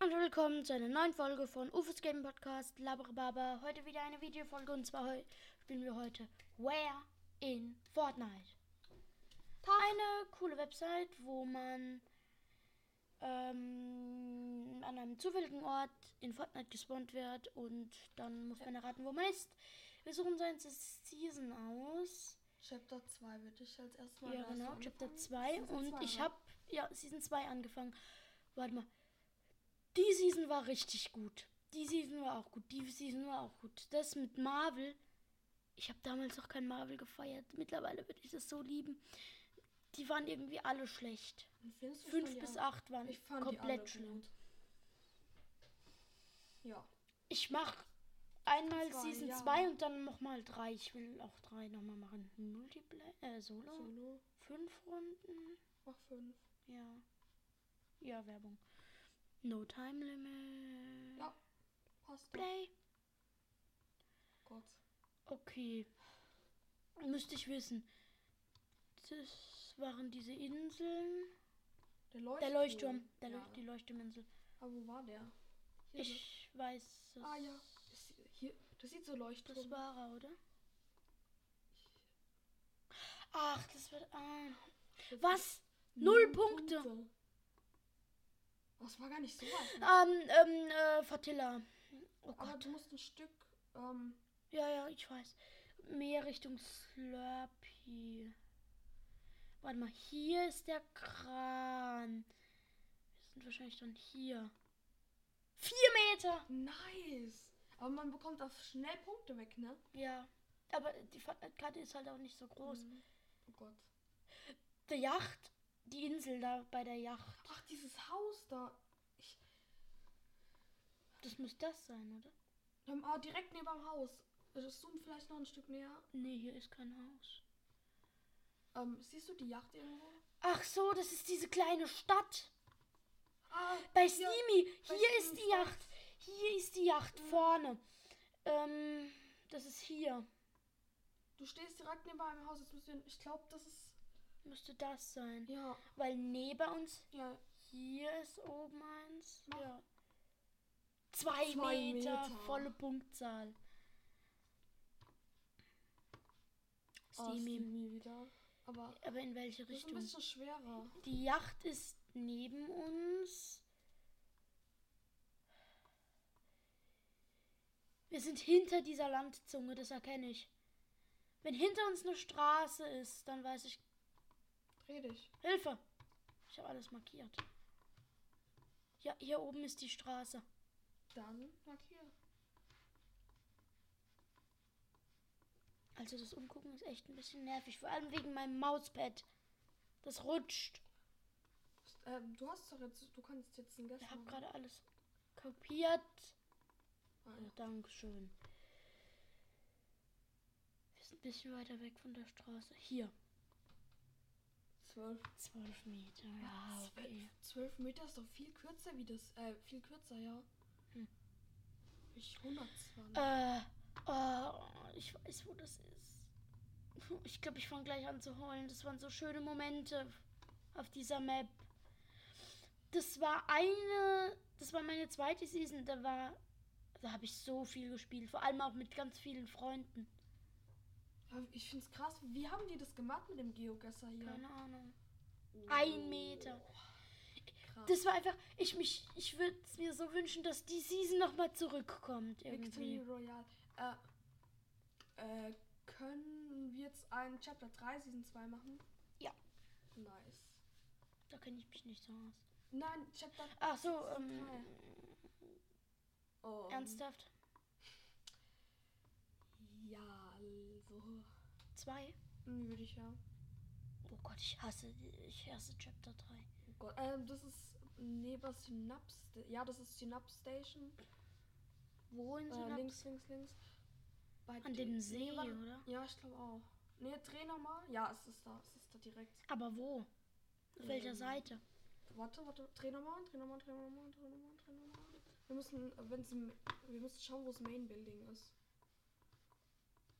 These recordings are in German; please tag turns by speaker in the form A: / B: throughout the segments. A: und willkommen zu einer neuen Folge von Ufos Game Podcast Labrababa. Heute wieder eine Videofolge und zwar heu- spielen wir heute Where in Fortnite. Eine coole Website, wo man ähm, an einem zufälligen Ort in Fortnite gespawnt wird und dann muss man erraten, wo man ist. Wir suchen so eine Season aus.
B: Chapter 2 würde ich als erstes mal
A: Ja,
B: da
A: genau,
B: so
A: Chapter
B: anfangen.
A: 2.
B: Season
A: Und
B: zwei,
A: ich
B: ne?
A: habe ja Season 2 angefangen. Warte mal. Die Season war richtig gut. Die Season war auch gut. Die Season war auch gut. Das mit Marvel. Ich habe damals noch kein Marvel gefeiert. Mittlerweile würde ich das so lieben. Die waren irgendwie alle schlecht.
B: Und findest du,
A: 5
B: ich fand die
A: bis
B: alle-
A: 8 waren
B: Ich fand die alle
A: komplett schlimm.
B: gut. Ja.
A: Ich mach einmal
B: Zwei,
A: Season
B: ja.
A: 2 und dann nochmal 3. Ich will auch 3 nochmal machen. Multiplayer, äh, Solo.
B: Solo.
A: 5 Runden.
B: Mach 5.
A: Ja. Ja, Werbung. No Time Limit.
B: Ja. Passt. doch.
A: Play.
B: Gott.
A: Okay. Müsste ich wissen. Das waren diese Inseln.
B: Der Leuchtturm.
A: Der Leuchtturm. Der
B: ja.
A: Leuch die Leuchtturminsel.
B: Aber wo war der? Hier ne?
A: Ich weiß es.
B: Ah ja. Ist hier. Das sieht so
A: Das
B: Leuchtturm.
A: war er, oder? Ach, das wird. Ah. Was? Null Punkte.
B: Oh, es war gar nicht so weit. ne?
A: Ähm, ähm, äh, Fatilla. Oh
B: Aber
A: Gott.
B: du musst ein Stück. Ähm,
A: Ja, ja, ich weiß. Mehr Richtung Slurpee. Warte mal, hier ist der Kran. Wir sind wahrscheinlich dann hier. Vier Meter!
B: nice. Aber man bekommt auch schnell Punkte weg, ne?
A: Ja. Aber die Fortnite-Karte ist halt auch nicht so groß.
B: Mhm. Oh Gott.
A: Die Yacht, die Insel da bei der Yacht.
B: Ach, dieses Haus da. Ich,
A: Das müsste das sein, oder?
B: ähm, ah, direkt neben dem Haus. Das zoom vielleicht noch ein Stück näher.
A: Nee, hier ist kein Haus.
B: Ähm, siehst du die Yacht irgendwo?
A: Ach so, das ist diese kleine Stadt.
B: Ah,
A: Bei
B: hier.
A: Steamy.
B: bei
A: Hier ist
B: Steamy
A: die
B: Stadt.
A: Yacht. Hier ist die Yacht vorne. Ähm, das ist hier.
B: Du stehst direkt neben einem Haus. Jetzt müssen wir, ich glaube, das ist.
A: Müsste das sein.
B: Ja,
A: Weil neben uns
B: ja. Ah,
A: hier ist oben eins.
B: Mach.
A: Ja. Zwei,
B: Zwei
A: Meter,
B: Meter.
A: volle Punktzahl.
B: Oh,
A: Steamy.
B: Steamy wieder. Aber
A: Aber in welche
B: das ist ein
A: Richtung?
B: bisschen schwerer.
A: Die Yacht ist neben uns. Wir sind hinter dieser Landzunge, das erkenne ich. Wenn hinter uns eine Straße ist, dann weiß ich.
B: Dreh dich.
A: Hilfe! Ich habe alles markiert. Ja, hier oben ist die Straße.
B: Dann markier.
A: Also das Umgucken ist echt ein bisschen nervig, vor allem wegen meinem Mauspad. Das rutscht.
B: Ähm, du hast doch jetzt. Du kannst jetzt einen Gast
A: Ich habe
B: machen.
A: gerade alles kopiert.
B: Ah,
A: Oh,
B: ja.
A: Dankeschön. Wir sind ein bisschen weiter weg von der Straße. Hier.
B: Zwölf.
A: Zwölf Meter. Ja,
B: Zwölf-
A: okay.
B: Zwölf Meter ist doch viel kürzer wie das. Äh, viel kürzer, ja.
A: Hm.
B: Ich 120.
A: Äh, oh, ich weiß, wo das ist. Ich glaube, ich fange gleich an zu heulen. Das waren so schöne Momente auf dieser Map. Das war eine, das war meine zweite Season. Da war, da habe ich so viel gespielt. Vor allem auch mit ganz vielen Freunden.
B: Ja, Ich find's krass, wie haben die das gemacht mit dem Geogesser hier?
A: Keine Ahnung. Ein Meter.
B: Krass.
A: Das war einfach, ich mich, ich würde es mir so wünschen, dass die Season nochmal zurückkommt
B: Victory
A: irgendwie.
B: Royale. Äh, äh, können wir jetzt ein Chapter 3 Season 2 machen?
A: Ja.
B: Nice.
A: Da kenne ich mich nicht so aus.
B: Nein, Chapter
A: Ach so,
B: Season
A: ähm,
B: drei. Oh,
A: ernsthaft?
B: Ja, also.
A: Zwei?
B: Hm, Würde ich ja.
A: Oh Gott, ich hasse, ich hasse Chapter 3.
B: Oh Gott. Ähm, das ist neben Synapse. Ja, das ist Synapse Station.
A: Wo in
B: Äh,
A: Synapse?
B: links, links, links. Bei
A: An
B: dem-
A: dem See,
B: warte.
A: oder?
B: Ja, ich glaube auch. Ne, dreh nochmal. Ja, es ist da. Es ist da direkt.
A: Aber wo? Auf welcher
B: Ähm,
A: Seite?
B: Warte, warte, dreh nochmal, dreh nochmal, dreh nochmal, dreh nochmal, dreh nochmal. Wir müssen, äh, wenn's, im- wir müssen schauen, wo das Main Building ist.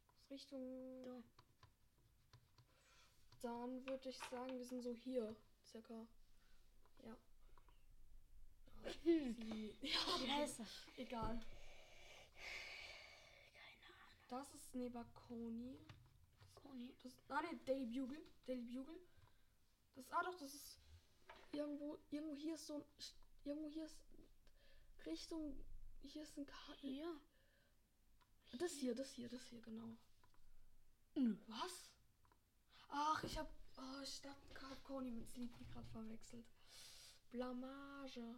B: Ist Richtung.
A: Da.
B: Dann würde ich sagen, wir
A: hm.
B: sind so hier, circa. Ja. Ja, sie- Egal. Das ist Nebaconi.
A: Koni.
B: Das, ah ne, Daily Bugle. Daily Bugle. Das, ah doch, das ist irgendwo, irgendwo hier ist so ein, Sch- irgendwo hier ist Richtung, hier ist ein Karten.
A: Hier?
B: Das hier, das hier, das hier, genau.
A: Nö.
B: Was? Ach, ich hab, oh, ich dachte, ich hab Conny mit Sleepy gerade verwechselt. Blamage.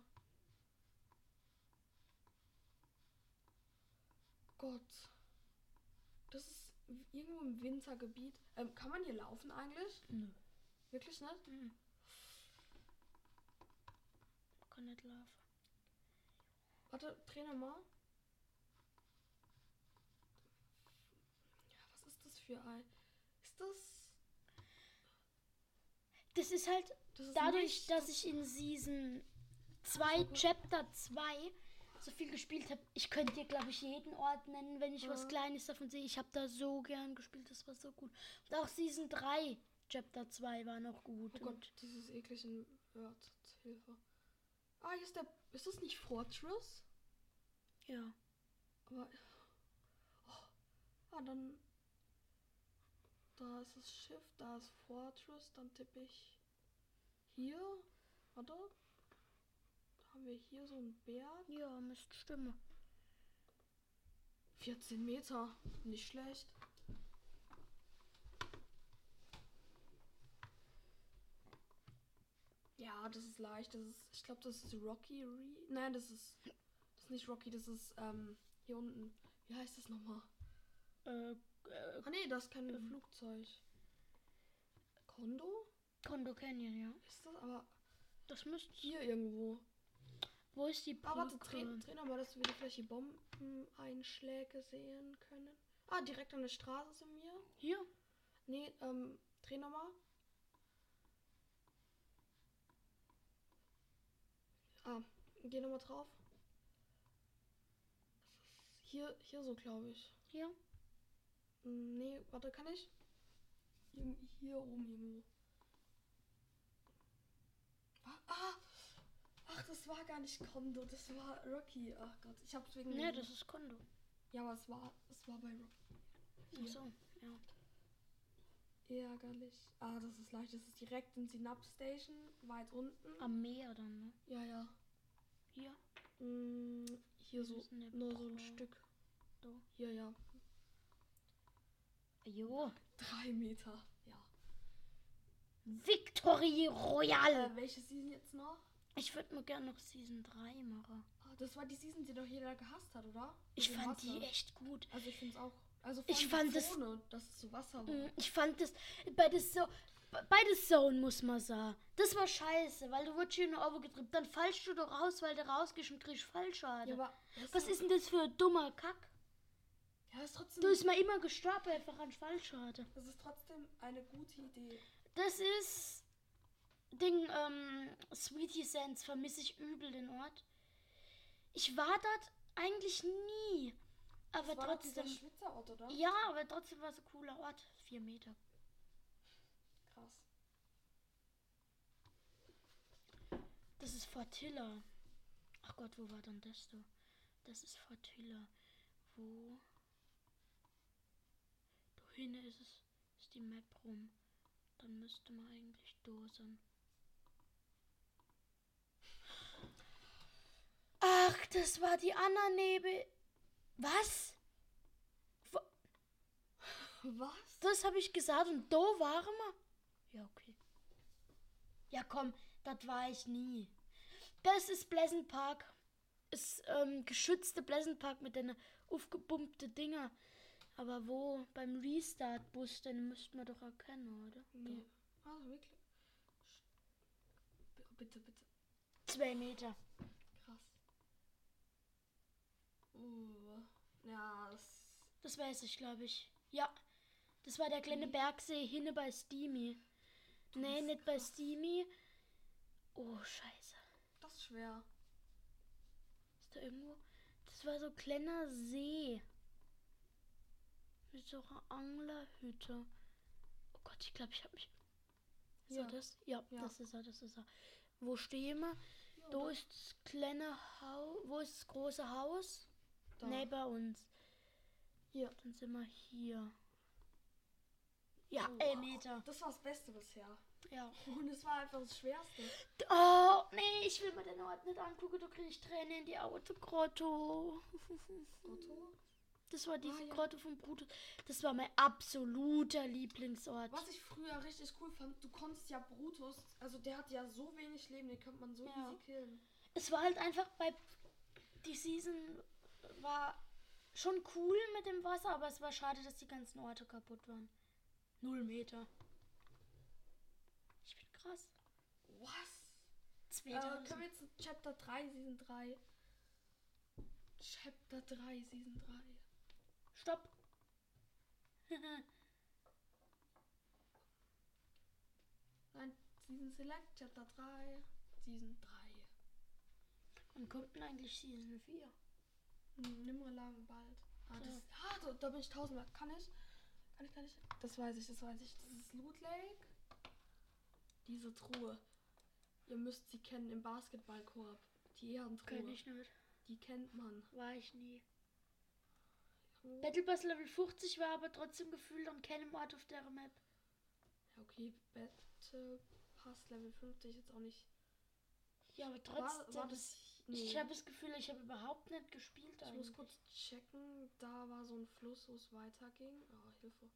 B: Gott. Das ist irgendwo im Wintergebiet. Ähm, kann man hier laufen eigentlich?
A: Nö.
B: Wirklich nicht?
A: Mhm. Kann nicht laufen.
B: Warte, Trainer mal. Ja, was ist das für ein... Ist das...
A: Das ist halt
B: das ist
A: dadurch,
B: nicht-
A: dass ich in Season 2,
B: gut.
A: Chapter 2 so viel gespielt habe. Ich könnte dir, glaube ich, jeden Ort nennen, wenn ich was
B: Ja.
A: Kleines davon sehe. Ich habe da so gern gespielt, das war so gut. Und auch Season 3, Chapter 2 war noch gut.
B: Oh
A: Und
B: Gott, dieses eklige Wort. Hilfe. Ah, hier ist der. Ist das nicht Fortress?
A: ja.
B: Aber. Oh, ah, dann. Da ist das Schiff, da ist Fortress, dann tippe ich. Hier? Warte. Da haben wir hier so einen Berg.
A: Ja, müsste stimmen.
B: 14 Meter. Nicht schlecht. Ja, das ist leicht. Das ist, ich glaube, das ist Rocky Re. Nein, das ist, das ist nicht Rocky. Das ist ähm, hier unten. Wie heißt das nochmal?
A: Äh, äh,
B: Ah nee, das ist kein
A: Ähm.
B: Flugzeug. Kondo?
A: Kondo Canyon, ja.
B: Ist das aber
A: Das müsste.
B: hier irgendwo?
A: Wo ist die
B: Ah, warte,
A: Brücke?
B: drehen, drehen wir mal, dass wir die- vielleicht die Bombeneinschläge sehen können. Ah, direkt an der Straße sind wir.
A: Hier?
B: Nee, ähm, dreh nochmal. Ah, geh nochmal drauf. Hier, hier so, glaube ich.
A: Hier?
B: Hm, Nee, warte, kann ich? Hier, hier oben irgendwo. Ah, ah! Ach, das war gar nicht Kondo, das war Rocky. Ach Gott, ich hab's wegen.
A: Ne, das ist Kondo.
B: ja, aber es war, es war bei Rocky.
A: Ach so, ja.
B: Ärgerlich. Ah, das ist leicht. Das ist direkt in Synapse Station, weit unten.
A: Am Meer dann, ne?
B: Ja, ja.
A: Hier?
B: Mm, hier
A: Das
B: so,
A: ist eine
B: nur so ein
A: Brücke.
B: Stück.
A: So.
B: Ja, ja.
A: Jo.
B: Drei Meter. Ja.
A: Victory Royale.
B: Äh, welche Season jetzt noch?
A: Ich würde mir gerne noch Season 3 machen.
B: Ah, das war die Season, die doch jeder gehasst hat, oder?
A: Ich
B: Mit dem
A: fand die
B: Wasser.
A: echt gut.
B: Also ich find's auch. Also vor
A: Ich
B: allem die
A: fand es-
B: Zone, dass es so Wasser war.
A: Mm, Ich fand das bei der so bei der Zone muss man sagen. Das war scheiße, weil du wurdest hier in den Ohren getrippt. Dann fallst du doch raus, weil du rausgehst und kriegst Fallschaden.
B: Ja, aber
A: Was ist denn das für ein dummer Kack?
B: Ja, ist trotzdem.
A: Du bist mal immer gestorben einfach an Fallschaden.
B: das ist trotzdem eine gute Idee.
A: Das ist Ding, ähm, Sweetie Sands vermisse ich übel den Ort. Ich war dort eigentlich nie. Aber
B: das war doch dieser
A: trotzdem.
B: Schwitzerort, oder?
A: Ja, aber trotzdem war es ein cooler Ort. Vier Meter.
B: Krass.
A: Das ist Fortilla. Ach Gott, wo war denn das da? Das ist Fortilla. Wo? Da hinten ist es. Ist die Map rum. Dann müsste man eigentlich dosen. Ach, das war die Annanebel. Was?
B: Was?
A: Das habe ich gesagt und da waren wir. Ja, okay. Ja, komm, das war ich nie. Das ist Pleasant Park. Ist ähm, geschützte Pleasant Park mit den aufgepumpte Dinger. Aber wo? Beim Restart-Bus, den müssten wir doch erkennen, oder?
B: Nee. Ah, wirklich. B- Bitte, bitte.
A: Zwei Meter.
B: Krass. Uh, ja, das,
A: Das weiß ich, glaube ich. Ja. Das war der kleine Bergsee hinne bei Steamy. Nee,
B: ist
A: nicht bei Steamy. Oh, scheiße.
B: das ist schwer.
A: Ist da irgendwo? Das war so ein kleiner See. Mit so einer Anglerhütte. Oh Gott, ich glaube, ich habe mich. Ist
B: Ja.
A: er das? Ja,
B: Ja.
A: das ist er, das ist er. Wo stehen wir?
B: Ja, hier?
A: Wo
B: oder?
A: ist das kleine Haus? Wo ist das große Haus?
B: Da.
A: Nee, bei uns.
B: Hier.
A: Dann sind wir hier. Ja,
B: Oh.
A: elf Meter.
B: Das war das Beste bisher.
A: Ja.
B: Und es war einfach das Schwerste.
A: Oh, nee, ich will mir den Ort nicht angucken. Da kriege ich Tränen in die Augen. Grotto.
B: Otto?
A: Das war diese
B: Ah, ja.
A: Grotte von Brutus. Das war mein absoluter Lieblingsort.
B: Was ich früher richtig cool fand, du konntest ja Brutus, also der hat ja so wenig Leben, den könnte man so
A: Ja.
B: easy killen.
A: Es war halt einfach bei. Die Season war schon cool mit dem Wasser, aber es war schade, dass die ganzen Orte kaputt waren. Null Meter. Ich bin krass.
B: Was? Äh, können
A: Zweiter.
B: wir jetzt in Chapter 3, Season 3? Chapter 3, Season 3.
A: Stopp.
B: Nein, Season Select, Chapter 3, Season 3.
A: Wann kommt denn eigentlich Season 4?
B: Hm, Nimmer lang, bald. Ah,
A: So.
B: das, ah da, da bin ich tausendmal. Kann ich? Kann ich, kann ich? Das weiß ich, das weiß ich. Das ist Loot Lake. Diese Truhe. Ihr müsst sie kennen im Basketballkorb. Die Ehrentruhe.
A: Kenn ich nicht.
B: Die kennt man.
A: War ich nie.
B: Oh.
A: Battle Pass Level 50 war aber trotzdem gefühlt an keinem Ort auf der Map.
B: Ja, okay, Battle Pass Level 50 jetzt auch nicht.
A: Ja, aber
B: War,
A: trotzdem.
B: war
A: das,
B: das, nee.
A: Ich habe das Gefühl, ich habe überhaupt nicht gespielt.
B: Ich muss
A: eigentlich.
B: kurz checken, da war so ein Fluss, wo es weiterging. Ah, Hilfe.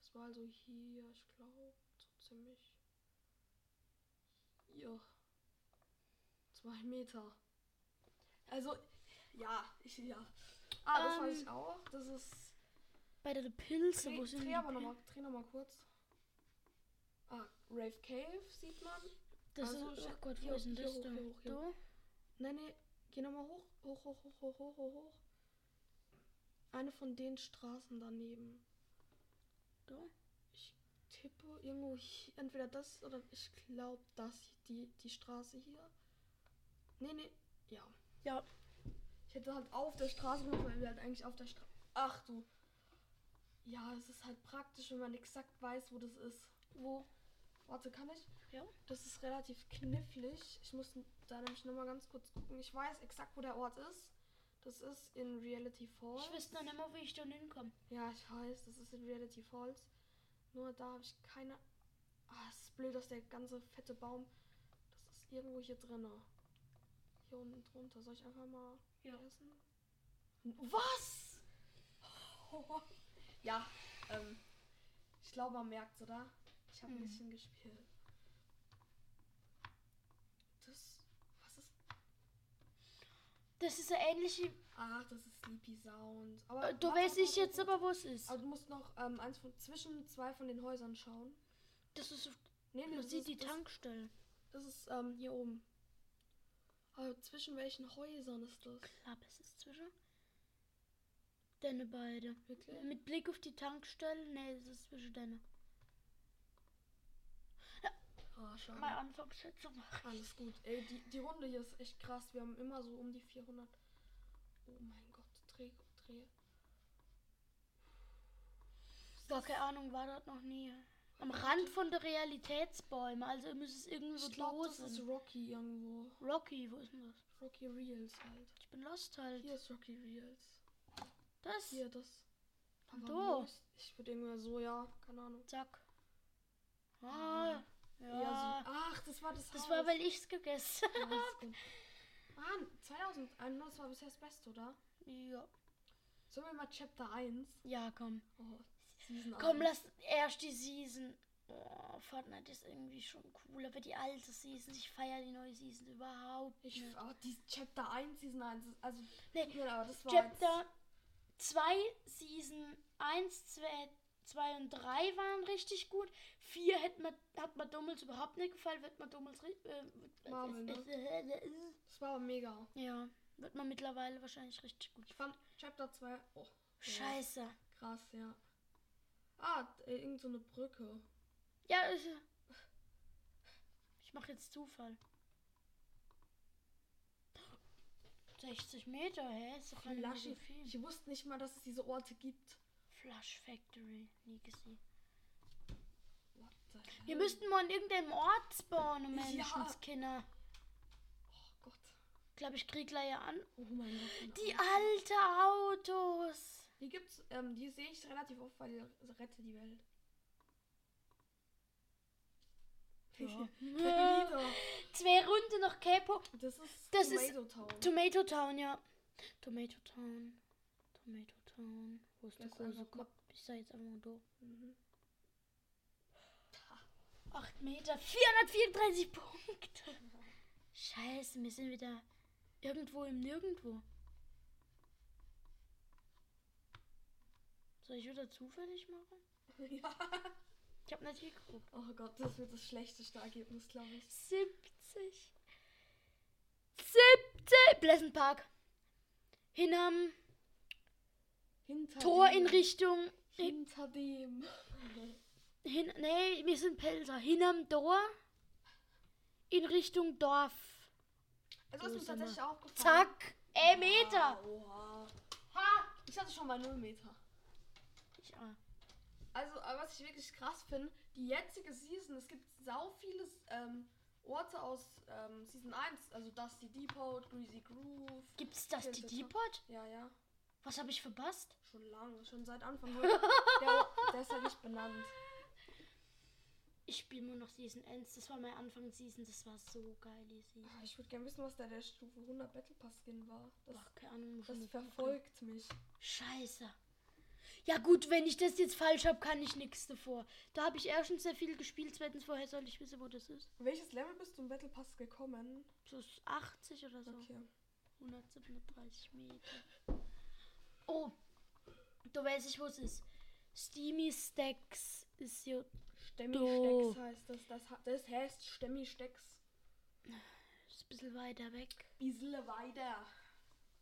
B: Das war also hier, ich glaube, so ziemlich. Ja. Zwei Meter. Also, ja, ich, ja. Ah, das weiß ich
A: Ähm,
B: auch. Das ist.
A: Bei der Pilze,
B: Dreh,
A: wo sind
B: dreh
A: die
B: aber
A: Pil-
B: nochmal, dreh nochmal kurz. Ah, Rave Cave sieht man.
A: Das
B: Also,
A: ist,
B: schau-
A: oh Gott, wo
B: hier-
A: ist denn
B: hier
A: das
B: hoch,
A: da?
B: hier hoch, hier
A: Da?
B: Nein, nee, geh nochmal hoch, hoch, hoch, hoch, hoch, hoch, hoch, hoch. Eine von den Straßen daneben.
A: Da?
B: Ich tippe irgendwo hi- entweder das oder ich glaube das, hier, die, die Straße hier. Nee, nee, ja.
A: Ja,
B: Ich hätte halt auf der Straße gemacht, weil wir halt eigentlich auf der Straße... Ach du. Ja, es ist halt praktisch, wenn man exakt weiß, wo das ist.
A: wo?
B: Warte, kann ich?
A: Ja.
B: Das ist relativ knifflig. Ich muss da nämlich nochmal ganz kurz gucken. Ich weiß exakt, wo der Ort ist. Das ist in Reality Falls.
A: Ich wüsste noch nicht mal, wie ich da hinkomme.
B: Ja, ich weiß, das ist in Reality Falls. Nur da habe ich keine. Ah, es ist blöd, dass der ganze fette Baum. Das ist irgendwo hier drinne. Hier unten drunter. Soll ich einfach mal
A: Ja.
B: essen? Was? ja, ähm. Ich glaube, man merkt's, oder? Ich habe
A: Mhm.
B: ein bisschen gespielt. Das. Was ist.
A: Das ist ja ähnlich wie.
B: Ach, ah, das ist Sleepy Sound. Aber.
A: Äh, Da
B: warte,
A: weiß
B: warte,
A: ich
B: warte,
A: jetzt
B: warte.
A: aber, wo es ist.
B: Aber du musst noch ähm, eins von zwischen zwei von den Häusern schauen.
A: Das ist. auf-
B: Nee, nee,
A: Man
B: das
A: sieht
B: ist,
A: die
B: das,
A: Tankstelle.
B: das ist ähm, hier oben. Aber zwischen welchen Häusern ist das?
A: Klar, Ah, es ist zwischen. Deine beide.
B: Wirklich?
A: Mit Blick auf die Tankstelle? Nee, es ist zwischen deine.
B: Ah, schade.
A: Meine Anfangsschätzung.
B: Alles gut. Ey, die, die Runde hier ist echt krass. Wir haben immer so um die 400. Oh mein Gott, dreh, dreh.
A: Boah, keine Ahnung, war dort noch nie. Am Rand von der Realitätsbäume, also muss es irgendwo
B: Ich glaube, das
A: sein.
B: ist Rocky irgendwo.
A: Rocky, wo ist denn das?
B: Rocky Reels halt.
A: Ich bin lost halt.
B: Hier ist Rocky Reels.
A: Das?
B: Hier, das. Aber
A: da.
B: wo ist- Ich würde irgendwie so, ja, keine Ahnung.
A: Zack. Ah, ja.
B: Ja, so, ach, das war das
A: das
B: Haus.
A: war, weil ich's gegessen
B: Ja, ist gut. Ah, 2001, das war bisher das Beste, oder?
A: ja.
B: Sollen wir mal Chapter 1?
A: ja, komm.
B: Oh, Season
A: Komm,
B: 1.
A: lass erst die Season. Oh, Fortnite ist irgendwie schon cool, aber die alte Season, ich feiere die neue Season überhaupt
B: Ich,
A: nicht.
B: aber die Chapter 1, Season 1, das- also,
A: Nee,
B: ja, aber das war
A: Chapter 2, Season 1, 2, 2 und 3 waren richtig gut. 4 hat man, hat man Dummels überhaupt nicht gefallen, wird man Dummels. ri- Äh,
B: Marvel,
A: ne?
B: Jetzt, das war aber mega.
A: Ja, wird man mittlerweile wahrscheinlich richtig gut.
B: Ich fand Chapter 2, oh,
A: Scheiße.
B: krass, ja. Ah, d- äh, irgend so eine Brücke.
A: Ja, ich, ich mache jetzt Zufall. 60 Meter, hä? Ist doch gar nicht mehr so
B: Flasche.
A: viel.
B: Ich wusste nicht mal, dass es diese Orte gibt.
A: Flush Factory, nie gesehen.
B: What the hell?
A: Wir müssten mal in irgendeinem Ort spawnen,
B: Ja.
A: Menschenskinder.
B: Oh
A: glaube, ich krieg gleich an.
B: Oh mein Gott.
A: Die alte Autos.
B: Die gibt's, ähm, die sehe ich relativ oft, weil die rette die Welt.
A: Ja.
B: Kein Lieder.
A: Zwei Runden noch Capo.
B: Das ist
A: Das ist-
B: Tomato Town.
A: Tomato Town, ja. Tomato Town. Tomato Town. Wo ist der
B: Das ist
A: große
B: einfach
A: Kopf? Ich sag jetzt einfach mal do.
B: Mhm.
A: 8 Meter, 434 Punkte. Scheiße, wir sind wieder irgendwo im Nirgendwo. Soll ich wieder zufällig machen?
B: ja.
A: Ich habe nicht geguckt.
B: Oh Gott, das wird das schlechteste Ergebnis, glaube ich.
A: 70. 70. Pleasant Park. Hinam.
B: Hinter
A: Tor
B: dem.
A: in Richtung.
B: Hinter dem.
A: Hin, nee, wir sind Pelzer. Hinam Tor. In Richtung Dorf.
B: Also ist
A: So
B: mir
A: ist er
B: tatsächlich aufgefallen.
A: Zack. Ey, Meter.
B: Oha. Ha! Ich hatte schon mal 0 Meter.
A: Ich, ah.
B: Also, aber was ich wirklich krass finde, die jetzige Season, es gibt sau viele ähm, Orte aus ähm, Season 1, also Dusty Depot, Greasy Groove.
A: Gibt's das
B: Ja,
A: die
B: das
A: Depot?
B: Ja, ja,
A: Was habe ich verpasst?
B: schon lange, schon seit Anfang. der, der ist ja nicht benannt.
A: Ich spiele nur noch Season 1. Das war mein Anfang Season. Das war so geil, die Season.
B: Ah, Ich würde gerne wissen, was da der Stufe 100 Battle Pass Skin war. Das,
A: Ach, keine Ahnung. muss ich
B: das
A: mal gucken.
B: verfolgt mich.
A: Scheiße. Ja gut, wenn ich das jetzt falsch habe, kann ich nichts davor. Da habe ich erstens sehr viel gespielt, zweitens woher soll ich wissen, wo das ist?
B: Welches Level bist du im Battle Pass gekommen?
A: So ist 80 oder so.
B: Okay.
A: 137 Meter. Oh, da weiß ich, wo es ist. Steamy Stacks ist hier.
B: Stemmi
A: Du.
B: Stecks heißt das. Das, ha- das heißt Stemmi Stecks.
A: Ist ein bisschen weiter weg.
B: Bissle weiter.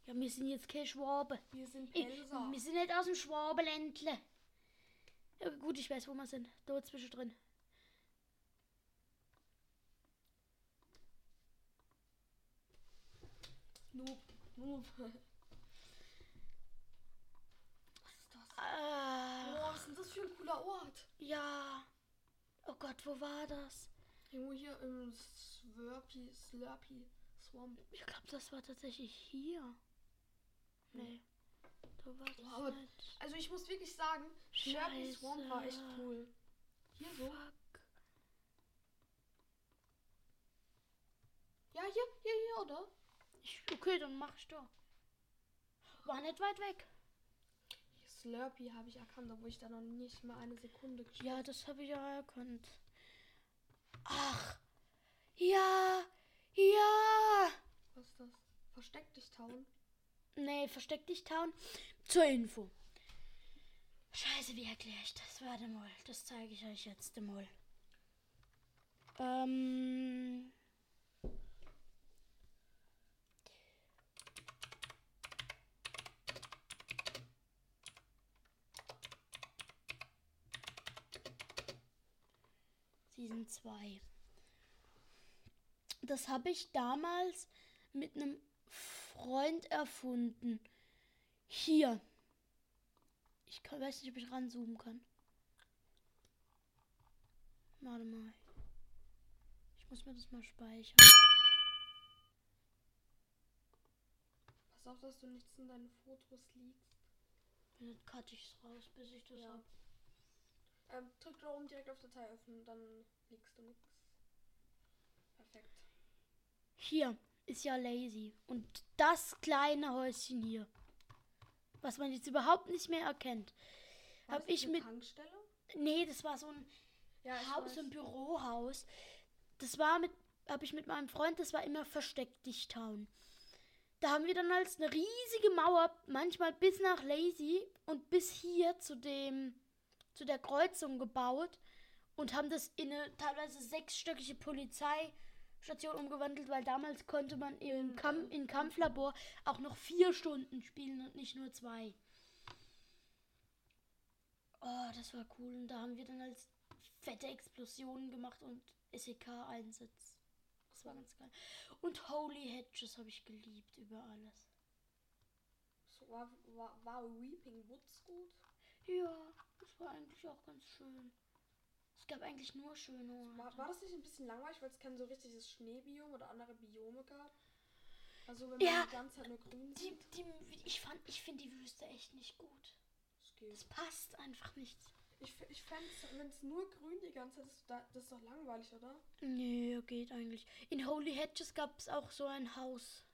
A: Ja, wir sind jetzt kein Schwabe.
B: Wir sind
A: Ich,
B: Pelser.
A: Äh, wir sind nicht aus dem Schwabeländle. Ja, gut, ich weiß, wo wir sind. Da zwischendrin.
B: Noob. Noob. Was ist das?
A: Ah,
B: Oh, was ist denn das für ein cooler Ort?
A: ja. Oh Gott, wo war das?
B: Irgendwo hier im Slurpy, Slurpy Swamp.
A: Ich glaube, das war tatsächlich hier. Nee. Da war das
B: Wow.
A: nicht.
B: Also ich muss wirklich sagen, Slurpy
A: Scheiße.
B: Swamp war echt cool. Hier so.
A: Fuck.
B: Ja, hier, hier, hier, oder?
A: Ich, okay, dann mach ich da. War nicht weit weg.
B: Slurpy habe ich erkannt, obwohl ich da noch nicht mal eine Sekunde gespielt
A: Ja, das habe ich ja erkannt. Ach. Ja. Ja.
B: habe. Was ist das? Versteck dich, Town.
A: Nee, versteck dich, Town. Zur Info. Scheiße, wie erkläre ich das? Warte mal, das zeige ich euch jetzt mal. Ähm. Season 2. Das habe ich damals mit einem Freund erfunden. Hier. Ich kann, weiß nicht, ob ich ranzoomen kann. Warte mal. Ich muss mir das mal speichern.
B: Pass auf, dass du nichts in deinen Fotos liegst.
A: Dann cutte ich es raus, bis ich das
B: Ja.
A: hab.
B: Ähm, drück da oben direkt auf Datei öffnen, dann liegst du nichts. Perfekt.
A: Hier ist ja Lazy. Und das kleine Häuschen hier. Was man jetzt überhaupt nicht mehr erkennt.
B: War
A: Hab
B: das nicht
A: ich
B: eine
A: mit-
B: Tankstelle?
A: Nee, das war so ein
B: Ja, ich
A: Haus,
B: Haus
A: so ein
B: weiß.
A: Bürohaus. Das war mit, habe ich mit meinem Freund, das war immer versteck dich town. Da haben wir dann als eine riesige Mauer, manchmal bis nach Lazy und bis hier zu dem, zu der Kreuzung gebaut und haben das in eine teilweise sechsstöckige Polizeistation umgewandelt, weil damals konnte man im
B: In-
A: Kampf, in Kampflabor auch noch vier Stunden spielen und nicht nur zwei. Oh, das war cool. Und da haben wir dann als fette Explosionen gemacht und SEK-Einsatz. Das war ganz geil. Und Holy Hedges habe ich geliebt über alles.
B: So, war, war, war Weeping Woods gut?
A: Ja, das war eigentlich auch ganz schön. Es gab eigentlich nur schöne
B: War,
A: Orte.
B: war das nicht ein bisschen langweilig, weil es kein so richtiges Schneebiom oder andere Biome gab? Also wenn
A: Ja.
B: man die ganze Zeit nur grün
A: Die,
B: sieht.
A: die, ich fand, ich finde die Wüste echt nicht gut.
B: Das geht.
A: Das passt einfach nicht.
B: Ich, f- ich fände es, wenn es nur grün die ganze Zeit ist, da- das ist doch langweilig, oder?
A: Nö, geht eigentlich. In Holy Hedges gab es auch so ein Haus.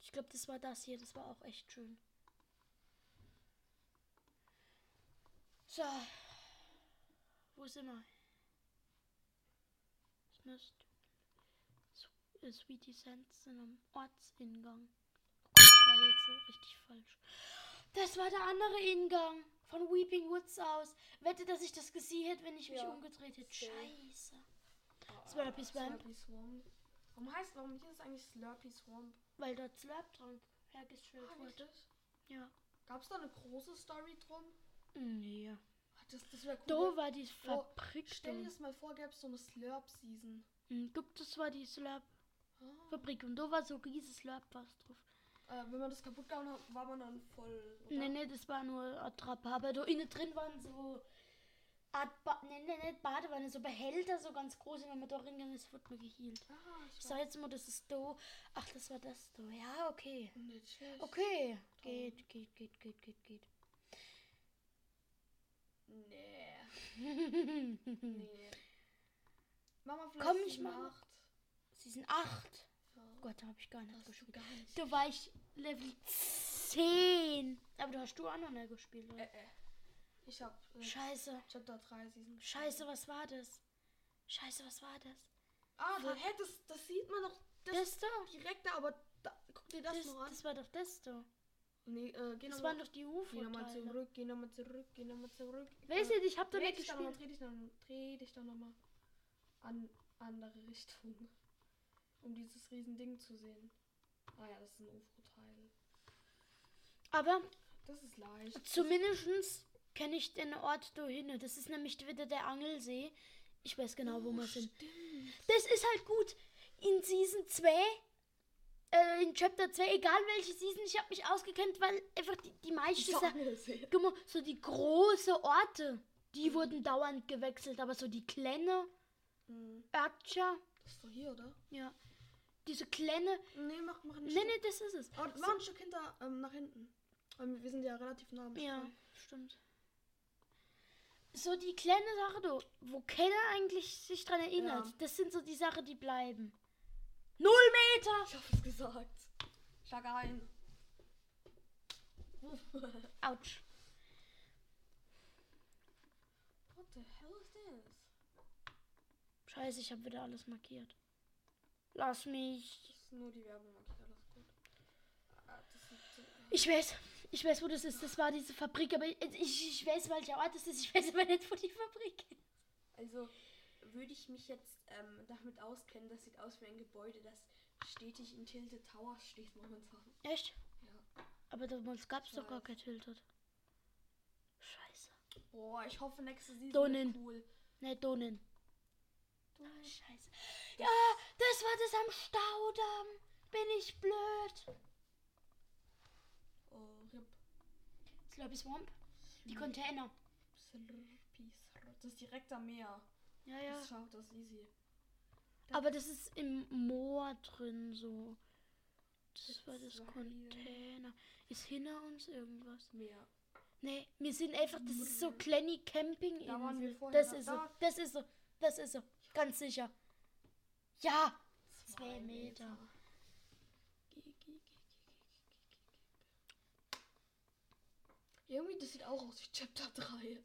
A: Ich glaube, das war das hier. Das war auch echt schön. So. Wo sind wir? Ich müsste. Su- äh, Sweetie Sands sind am Ortsingang. Ich war jetzt so richtig falsch. Das war der andere Ingang von Weeping Woods aus. Wette, dass ich das gesehen hätte, wenn ich mich
B: Ja,
A: umgedreht hätte.
B: safe.
A: Scheiße. Slurpee Swamp.
B: Slurpee Ah, Swamp. Warum heißt, warum hier ist eigentlich Slurpee Swamp?
A: Weil dort Slurptrank hergestellt wurde. Ja.
B: Gab es da eine große Story drum?
A: Nee.
B: Ah, Das, das wäre cool.
A: Da war die
B: Oh,
A: Fabrik.
B: Stell dir
A: Oh,
B: das mal vor, gäbe es so eine Slurp-Season.
A: Gibt es war die Slurp-Fabrik Hm.
B: Ah.
A: und da war so riesiges Slurp was drauf.
B: Äh, wenn man das kaputt gehauen hat, war man dann voll. Oder?
A: Nee, nee, das war nur Attrappe. Aber da innen drin waren so Art ba nee, nee, nicht Badewanne, so Behälter, so ganz große. Wenn man da reingegangen ist, wird man gehielt.
B: Ah, ich
A: Ich
B: weiß
A: sag jetzt mal, das ist da. Ach, das war das da. Ja, okay.
B: nicht. Shit.
A: Okay. Geht, geht, geht, geht, geht, geht.
B: Nee. Nee. Mama, vielleicht
A: Hm. Komm,
B: ist
A: ich
B: die
A: mach-
B: Nacht.
A: Sie sind acht.
B: Ja.
A: Oh Gott, da habe ich gar nicht
B: Hast du
A: gespielt.
B: gar nicht.
A: Da war ich Level 10. Aber du hast du auch noch nicht gespielt, oder?
B: Äh, äh. Ich hab. Äh,
A: Scheiße.
B: ich hab da drei Seasons.
A: Scheiße, was war das? Scheiße, was war das?
B: Ah, da, hä, das, das sieht man doch. Das,
A: Das da.
B: direkt da, aber da, guck dir das,
A: Das,
B: noch an.
A: das war doch das da.
B: Nee, äh, geh
A: Das
B: noch
A: waren
B: mal-
A: doch die
B: Geh nochmal
A: UFO-Teile.
B: zurück, geh nochmal zurück, geh nochmal zurück.
A: Weiß
B: Äh,
A: nicht, ich hab doch
B: dreh
A: nicht
B: dich doch nochmal,
A: gespielt.
B: dreh dich nochmal, dreh dich doch nochmal an andere Richtung, um dieses riesen Ding zu sehen. Ah ja, das ist ein UFO-Teil.
A: Aber
B: Das ist leicht.
A: zumindest kenne ich den Ort da hin. Das ist nämlich wieder der Angelsee. Ich weiß genau,
B: Oh,
A: wo wir sind.
B: Stimmt.
A: Das ist halt gut. In Season 2, äh, in Chapter 2, egal welche Season, ich habe mich ausgekannt, weil einfach die, die meisten Sachen.
B: Angelsee.
A: Guck mal, so die großen Orte, die wurden dauernd gewechselt, aber so die kleine
B: Hm.
A: Örtchen,
B: Das ist doch hier, oder?
A: ja, diese kleine,
B: Nee, mach, mach ein
A: nee,
B: Stück.
A: nee, das ist es.
B: Oh, mach ein Stück hinter, ähm, nach hinten. Ähm, wir sind ja relativ nah am
A: Ja,
B: Strand.
A: stimmt. So die kleine Sache, do, wo keiner eigentlich sich dran erinnert,
B: Ja.
A: das sind so die Sachen, die bleiben. Null Meter!
B: Ich hab es gesagt. Schlag ein.
A: Autsch.
B: What the hell is this?
A: Scheiße, ich habe wieder alles markiert. Lass mich.
B: Das ist nur die Werbung, okay, alles gut. Ah, das sind, äh,
A: Ich weiß, ich weiß, wo das ist. Das war diese Fabrik, aber ich, ich, ich weiß, welcher Ort das ist. Ich weiß aber nicht, wo die Fabrik ist.
C: Also würde ich mich jetzt ähm, damit auskennen, das sieht aus wie ein Gebäude, das stetig in Tilted Towers steht momentan.
A: Echt?
C: Ja.
A: Aber damals gab es
C: Ich
A: doch gar
C: weiß.
A: kein Tilted. Scheiße.
C: Boah, ich hoffe nächste Season
A: Donnen.
C: wird cool.
A: Ne, Donen.
C: Donnen.
A: Scheiße. Ja, das war das am Staudamm. Bin ich blöd.
C: Oh, RIP.
A: Slurpy Swamp. Die Container.
C: Slurpee, slurp. Das ist direkt am Meer.
A: Ja,
C: Das schaut das ist easy.
A: Aber das ist im Moor drin so. Das war das
C: war hier.
A: Container. Ist hinter uns irgendwas?
C: Meer.
A: Nee, wir sind einfach, das ist so kleine
B: Da waren wir
A: Campinginsel.
B: vorher,
A: Das ist so,
B: da-
A: das ist so, das ist so. Ganz sicher. Ja. Zwei Meter.
B: Irgendwie, das sieht auch aus wie Chapter 3.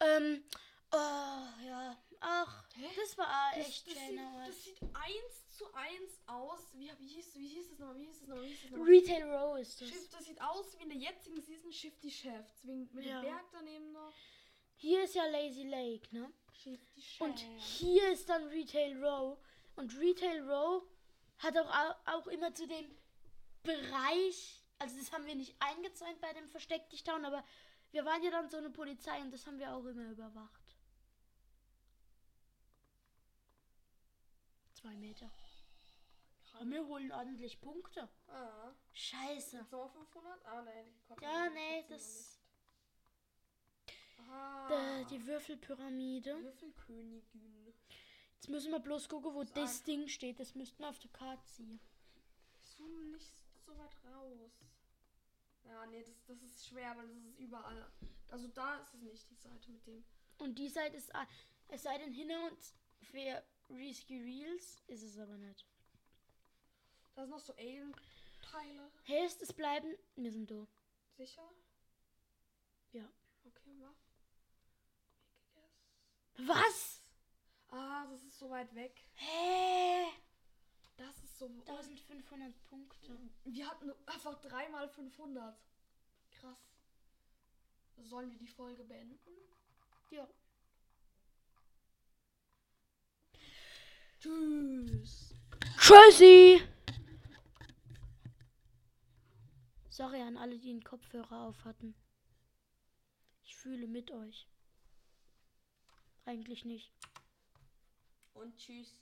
A: Ähm, oh, ja. Ach,
B: Hä?
A: das war
B: Das,
A: echt
B: das,
A: schön.
B: sieht, das sieht eins zu eins aus. Wie, wie, hieß, wie hieß das nochmal? Wie hieß das nochmal? Wie hieß das nochmal?
A: Retail Row ist das.
B: Schiff, das sieht aus wie in der jetzigen Season Shifty Shafts. Wegen, mit
A: Ja.
B: dem Berg daneben noch.
A: Hier ist ja Lazy Lake, ne?
B: Shifty
A: Und
B: Shafts.
A: hier ist dann Retail Row. Und Retail Row hat auch, au- auch immer zu dem Bereich, also das haben wir nicht eingezäunt bei dem Versteck dich Town, aber wir waren ja dann so eine Polizei und das haben wir auch immer überwacht. Zwei Meter. Aber wir holen ordentlich Punkte.
B: Ah.
A: Scheiße.
B: Jetzt nochmal 500? Ah, nein. die konnten
A: Ja,
B: wir
A: nee,
B: trotzdem noch
A: das.
B: nicht. Ah, Aha.
A: Da, äh, die Würfelpyramide.
B: Würfelkönigin.
A: Jetzt müssen wir bloß gucken, wo
B: Sag.
A: das Ding steht. Das müssten wir auf der Karte ziehen.
B: Zoom nicht so so weit raus. Ja, nee, das, das ist schwer, weil das ist überall. Also da ist es nicht, die Seite mit dem.
A: Und die Seite ist, a- es sei denn, hinter uns für Risky Reels ist es aber nicht.
B: Da sind noch so Alien-Teile.
A: Heißt, es bleiben, wir sind doof.
B: Sicher?
A: Ja.
B: Okay, mach.
A: Was?
B: Ah, das ist so weit weg.
A: Hä?
B: Das ist so.
A: 1500 Punkte.
B: Wir hatten einfach dreimal 500. Krass. Sollen wir die Folge beenden?
A: Ja.
B: Tschüss.
A: Tschüssi! Sorry an alle, die einen Kopfhörer auf hatten. Ich fühle mit euch. Eigentlich nicht.
C: Und tschüss.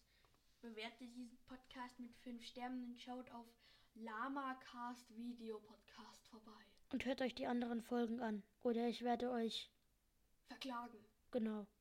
C: Bewertet diesen Podcast mit 5 Sternen und schaut auf LamaCast Video Podcast vorbei.
A: Und hört euch die anderen Folgen an. Oder ich werde euch.
B: Verklagen.
A: Genau. Oh.